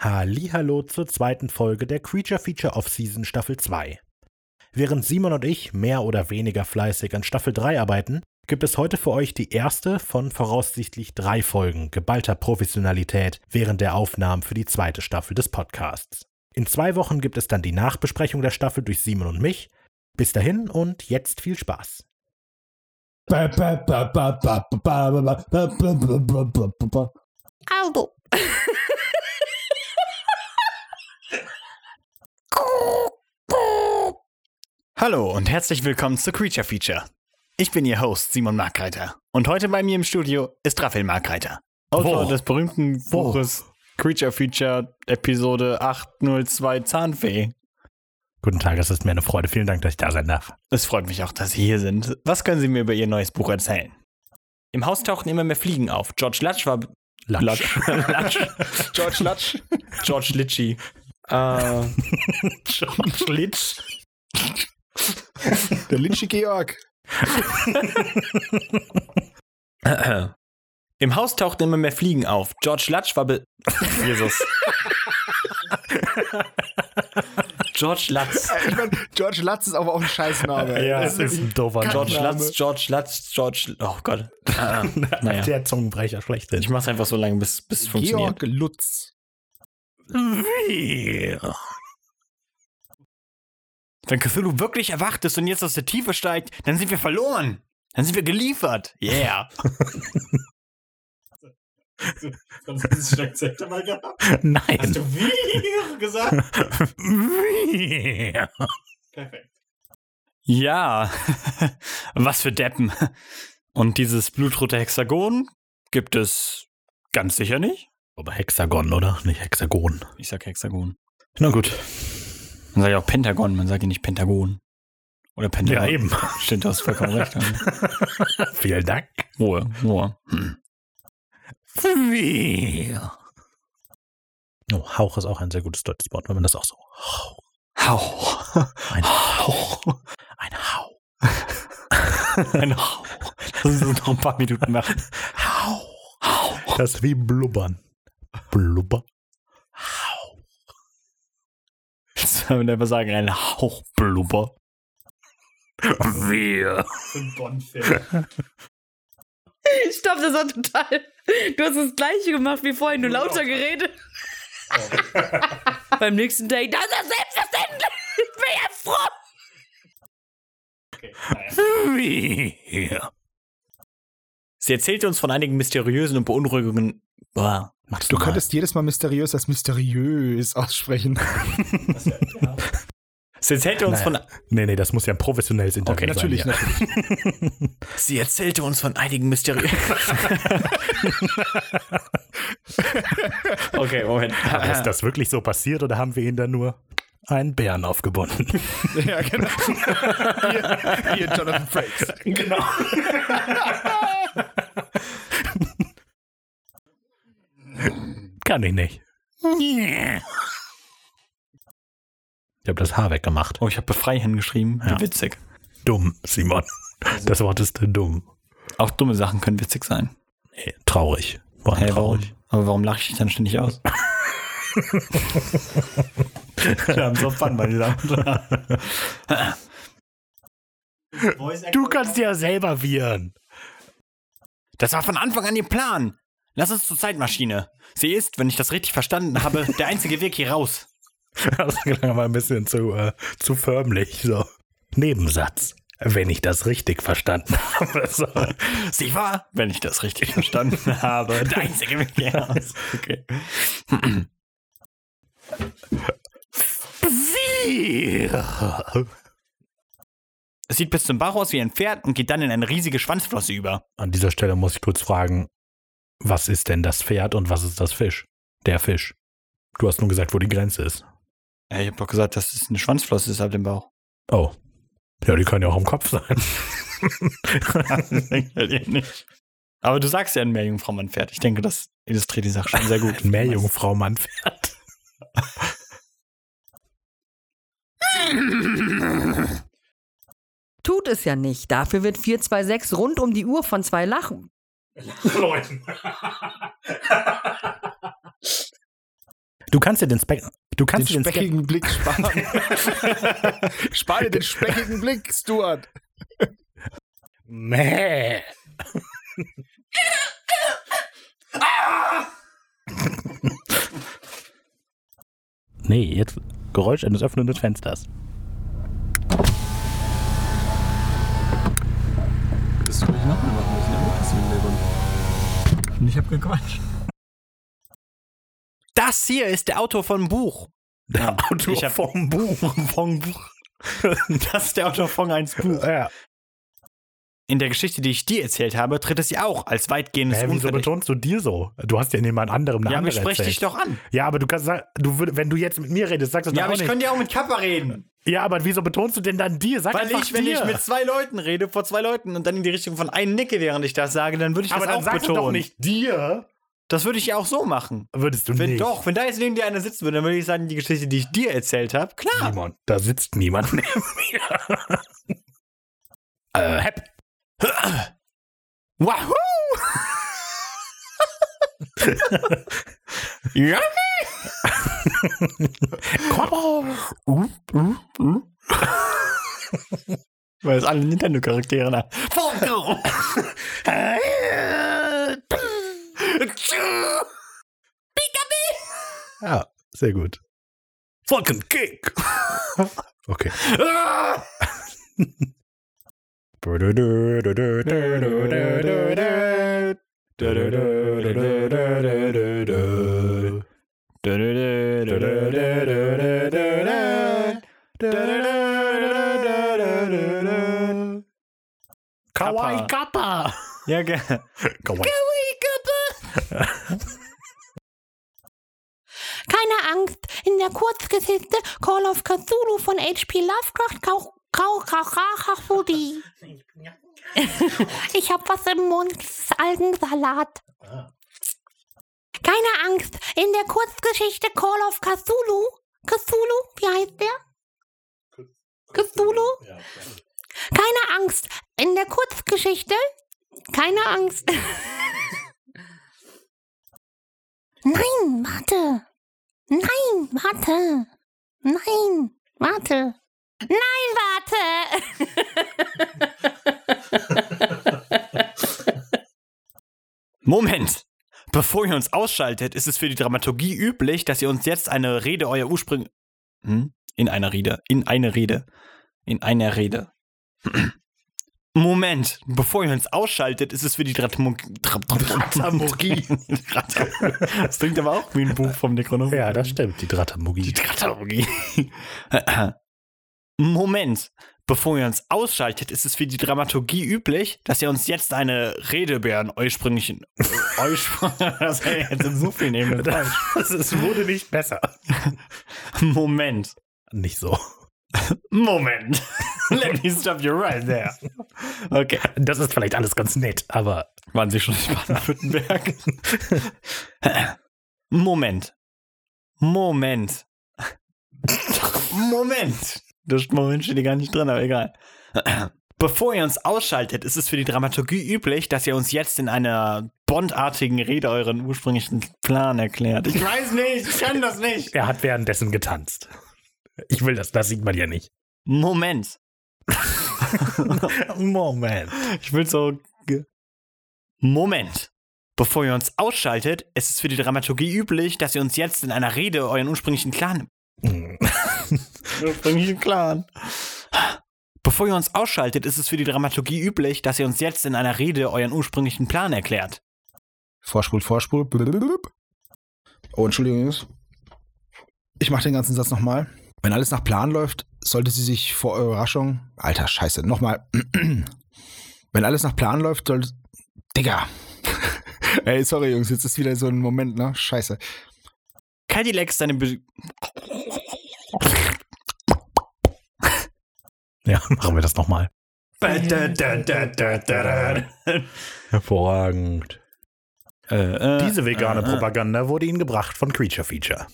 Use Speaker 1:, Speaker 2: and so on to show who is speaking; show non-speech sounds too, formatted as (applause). Speaker 1: Hallo zur zweiten Folge der Creature Feature Off-Season Staffel 2. Während Simon und ich mehr oder weniger fleißig an Staffel 3 arbeiten, gibt es heute für euch die erste von voraussichtlich drei Folgen geballter Professionalität während der Aufnahmen für die zweite Staffel des Podcasts. In zwei Wochen gibt es dann die Nachbesprechung der Staffel durch Simon und mich. Bis dahin und jetzt viel Spaß.
Speaker 2: Aldo.
Speaker 3: Hallo und herzlich willkommen zu Creature Feature. Ich bin Ihr Host Simon Markreiter und heute bei mir im Studio ist Raphael Markreiter, Autor
Speaker 1: Wo?
Speaker 3: des berühmten
Speaker 1: Wo?
Speaker 3: Buches Creature Feature Episode 802 Zahnfee.
Speaker 1: Guten Tag, es ist mir eine Freude. Vielen Dank, dass ich da sein darf.
Speaker 3: Es freut mich auch, dass Sie hier sind. Was können Sie mir über Ihr neues Buch erzählen?
Speaker 4: Im Haus tauchten immer mehr Fliegen auf. George Lutsch war.
Speaker 1: Latsch.
Speaker 4: Lutsch.
Speaker 3: George Lutsch.
Speaker 4: George Litchi.
Speaker 3: (laughs)
Speaker 4: Äh,
Speaker 1: George Litsch.
Speaker 3: Der Lynch Georg.
Speaker 4: Im Haus tauchten immer mehr Fliegen auf. George Lutsch war. Be Jesus. George Lutz.
Speaker 5: Ich mein, George Latz ist aber auch ein Scheißname.
Speaker 1: Ja,
Speaker 5: Das
Speaker 1: es ist
Speaker 5: ist
Speaker 1: ein doofer
Speaker 4: George
Speaker 1: George
Speaker 5: Name.
Speaker 4: Lutz, George Lutz, George. Oh Gott. Äh, naja.
Speaker 1: Der Zungenbrecher schlechthin.
Speaker 4: Ich mach's einfach so lange, bis bis es funktioniert.
Speaker 5: Georg Lutz.
Speaker 3: Wenn Cthulhu wirklich erwacht ist und jetzt aus der Tiefe steigt, dann sind wir verloren. Dann sind wir geliefert. (laughs) Yeah.
Speaker 6: Sonst dieses Akzent mal gehabt. Hast
Speaker 1: Nein.
Speaker 6: du wie gesagt? Perfekt.
Speaker 3: Ja, (laughs) was für Deppen. Und dieses blutrote Hexagon gibt es ganz sicher nicht.
Speaker 1: Aber Hexagon, oder? Nicht Hexagon.
Speaker 3: Ich sag Hexagon.
Speaker 1: Na gut.
Speaker 3: Man sagt ja auch Pentagon, man sagt ja nicht Pentagon. Oder Pentagon.
Speaker 1: Ja, eben.
Speaker 3: (laughs) Stimmt, du hast vollkommen (laughs) recht.
Speaker 1: Vielen Dank.
Speaker 3: Ruhe, Ruhe. Hm.
Speaker 1: Oh, Hauch ist auch ein sehr gutes deutsches Wort, wenn man das auch so. Hauch.
Speaker 3: Hau.
Speaker 1: Ein
Speaker 3: Hau.
Speaker 1: Ein
Speaker 3: (laughs)
Speaker 1: Hauch.
Speaker 3: Ein Hau. Lass uns das noch ein paar Minuten machen.
Speaker 1: Hauch. Das ist wie Blubbern. Blubber. Hauch.
Speaker 3: Jetzt würde ich einfach sagen, ein Hauch Blubber.
Speaker 1: Wir.
Speaker 6: Für einen Bonn-Film.
Speaker 2: Stopp, das war total. Du hast das gleiche gemacht wie vorhin, nur lauter Oh. geredet. (laughs) Beim nächsten Tag, das ist selbstverständlich. Ich bin ja froh.
Speaker 6: Okay, naja.
Speaker 1: Wir.
Speaker 3: Sie erzählte uns von einigen mysteriösen und beunruhigenden. Boah, mach das
Speaker 5: Du
Speaker 3: mal.
Speaker 5: könntest jedes Mal mysteriös als mysteriös aussprechen.
Speaker 6: Das wär, ja.
Speaker 3: Sie erzählte uns
Speaker 1: Naja.
Speaker 3: von
Speaker 1: Nee, nee, das muss ja ein professionelles Interview
Speaker 3: Okay,
Speaker 1: sein.
Speaker 5: natürlich,
Speaker 1: Ja.
Speaker 3: Sie erzählte uns von einigen (laughs)
Speaker 4: (laughs)
Speaker 3: mysteriösen. okay, Moment.
Speaker 1: Aber ist das wirklich so passiert oder haben wir ihn da nur einen Bären aufgebunden? (laughs)
Speaker 5: ja, genau. Hier, hier Jonathan Frakes.
Speaker 1: Genau. Kann ich nicht. Ich habe das Haar weggemacht.
Speaker 3: Oh, ich habe befrei hingeschrieben.
Speaker 1: Ja.
Speaker 3: Wie witzig.
Speaker 1: Dumm, Simon. Das Wort ist dumm.
Speaker 3: Auch dumme Sachen können witzig sein.
Speaker 1: Nee, traurig. Vor allem
Speaker 3: Hä, warum?
Speaker 1: traurig.
Speaker 3: Aber warum lache ich dich dann ständig aus? Wir haben so Fun bei dieser.
Speaker 6: Voice Actor-
Speaker 1: Du kannst ja selber (laughs) wirren.
Speaker 3: Das war von Anfang an ihr Plan. Lass uns zur Zeitmaschine. Sie ist, wenn ich das richtig verstanden (laughs) habe, der einzige Weg hier raus.
Speaker 1: Das Also, klang aber ein bisschen zu, äh, zu förmlich. So. Nebensatz. Wenn ich das richtig verstanden (laughs) habe. So.
Speaker 3: Sie war, wenn ich das richtig (laughs) verstanden habe, der einzige Weg hier raus. Okay.
Speaker 1: Wir.
Speaker 3: Es sieht bis zum Bauch aus wie ein Pferd und geht dann in eine riesige Schwanzflosse über.
Speaker 1: An dieser Stelle muss ich kurz fragen, was ist denn das Pferd und was ist das Fisch? Der Fisch. Du hast nur gesagt, wo die Grenze ist.
Speaker 3: ich habe doch gesagt, dass es eine Schwanzflosse ist ab dem Bauch.
Speaker 1: Oh. Ja, die können ja auch im Kopf sein.
Speaker 3: (laughs) Aber du sagst ja ein Meerjungfrau, man fährt. Ich denke, das illustriert die Sache schon sehr gut.
Speaker 1: Meerjungfrau, Mann, Pferd.
Speaker 7: Tut es ja nicht. Dafür wird 426 rund um die Uhr von zwei Lachen.
Speaker 6: Leuten.
Speaker 1: Du kannst dir den Speck. Du kannst dir
Speaker 5: den
Speaker 1: den Speck.
Speaker 5: speckigen Blick sparen. Spare dir den speckigen Blick, Stuart.
Speaker 1: Mäh. nee, jetzt Geräusch eines öffnenden Fensters.
Speaker 8: Das würde ich nochmal machen müssen, damit das im Hintergrund. Und ich habe gequatscht.
Speaker 3: Das hier ist der Autor von Buch.
Speaker 4: Der Autor ich hab, vom Buch. Vom Buch. Das ist der Autor von eins Buch.
Speaker 1: Ja.
Speaker 3: In der Geschichte, die ich dir erzählt habe, tritt es ja auch als weitgehendes
Speaker 1: Hä, wieso
Speaker 3: Unverdächt-
Speaker 1: betonst du dir so? Du hast ja jemand anderem eine
Speaker 3: Ja, aber
Speaker 1: andere
Speaker 3: ich spreche dich
Speaker 1: erzählt.
Speaker 3: doch an.
Speaker 1: Ja, aber du kannst sagen, du würd, wenn du jetzt mit mir redest, sagst du
Speaker 3: Ja,
Speaker 1: das
Speaker 3: aber
Speaker 1: auch
Speaker 3: ich
Speaker 1: nicht.
Speaker 3: könnte ja auch mit Kappa reden.
Speaker 1: Ja, aber wieso betonst du denn dann dir? Sag
Speaker 3: Weil
Speaker 1: einfach
Speaker 3: ich, wenn
Speaker 1: dir.
Speaker 3: ich mit zwei Leuten rede, vor zwei Leuten und dann in die Richtung von einem nicke, während ich das sage, dann würde ich
Speaker 1: aber
Speaker 3: das
Speaker 1: dann
Speaker 3: auch
Speaker 1: sagst du
Speaker 3: betonen.
Speaker 1: doch nicht dir.
Speaker 3: Das würde ich ja auch so machen.
Speaker 1: Würdest du
Speaker 3: Wenn
Speaker 1: nicht.
Speaker 3: doch, wenn da jetzt neben dir einer sitzen würde, dann würde ich sagen, die Geschichte, die ich dir erzählt habe, klar.
Speaker 1: Simon, da sitzt niemand (laughs) neben mir. äh, Hep.
Speaker 3: Wahoo! ja. uh, uh, uh. Weil es alle Nintendo-Charaktere nach. (laughs) Äh,
Speaker 1: Ja, sehr gut. Fucking Kick. okay. Kawaii Kappa.
Speaker 3: Ja, gerne.
Speaker 1: Kawaii.
Speaker 9: Keine Angst, in der Kurzgeschichte Call of Cthulhu von H.P. Lovecraft kau- kau- kau- kau- Kachudi. Ich hab was im Mund, Algensalat. Keine Angst, in der Kurzgeschichte Call of Cthulhu, Cthulhu, wie heißt der? Cthulhu? Keine Angst, in der Kurzgeschichte, keine Angst. Nein, warte. Nein, warte. Nein, warte. Nein, warte.
Speaker 3: Moment! Bevor ihr uns ausschaltet, ist es für die Dramaturgie üblich, dass ihr uns jetzt eine Rede euer Ursprung. Hm? In einer Rede. In eine Rede. In einer Rede. (clears throat) Moment, bevor ihr uns ausschaltet, ist es für die Dramaturgie. Dramaturgie. das klingt aber auch wie ein Buch vom Necronomicon.
Speaker 1: Ja, das stimmt, die Dratamugi.
Speaker 3: Die Dramaturgie. (laughs) Moment, bevor ihr uns ausschaltet, ist es für die Dramaturgie üblich, dass ihr uns jetzt eine Rede bären, ursprünglichen. Euspr- (laughs) das hätte ich jetzt in so
Speaker 1: (laughs)
Speaker 3: viel nehmen.
Speaker 1: Das, es wurde nicht besser.
Speaker 3: Moment.
Speaker 1: Nicht so.
Speaker 3: Moment. (laughs) Let me stop you right there. Okay.
Speaker 1: Das ist vielleicht alles ganz nett, aber
Speaker 3: Waren Sie schon in Baden-Württemberg? (laughs) Moment. Moment. Moment. Das Moment steht hier gar nicht drin, aber egal. Bevor ihr uns ausschaltet, ist es für die Dramaturgie üblich, dass ihr uns jetzt in einer bondartigen Rede euren ursprünglichen Plan erklärt. Ich weiß nicht, ich kann das nicht.
Speaker 1: er hat währenddessen getanzt. Ich will das, das sieht man ja nicht.
Speaker 3: Moment.
Speaker 1: Moment.
Speaker 3: Ich will so. ge- Moment. Bevor ihr uns ausschaltet, ist es für die Dramaturgie üblich, dass ihr uns jetzt in einer Rede euren ursprünglichen Clan.
Speaker 1: Hm.
Speaker 3: Ursprünglichen Clan. Bevor ihr uns ausschaltet, ist es für die Dramaturgie üblich, dass ihr uns jetzt in einer Rede euren ursprünglichen Plan erklärt.
Speaker 5: Vorspul, Vorspul. blablabla. Oh, Entschuldigung, Jungs. Ich mache den ganzen Satz nochmal. Wenn alles nach Plan läuft, sollte sie sich vor Überraschung. Alter Scheiße, nochmal. (clears throat) Wenn alles nach Plan läuft, sollte. Digga. (laughs) Ey, sorry, Jungs, jetzt ist wieder so ein Moment, ne? Scheiße.
Speaker 3: Cadillac ist seine. Be
Speaker 1: Ja, (laughs) machen wir das nochmal. Hervorragend.
Speaker 3: äh, äh,
Speaker 1: Äh, Diese vegane Propaganda wurde Ihnen gebracht von Creature Feature.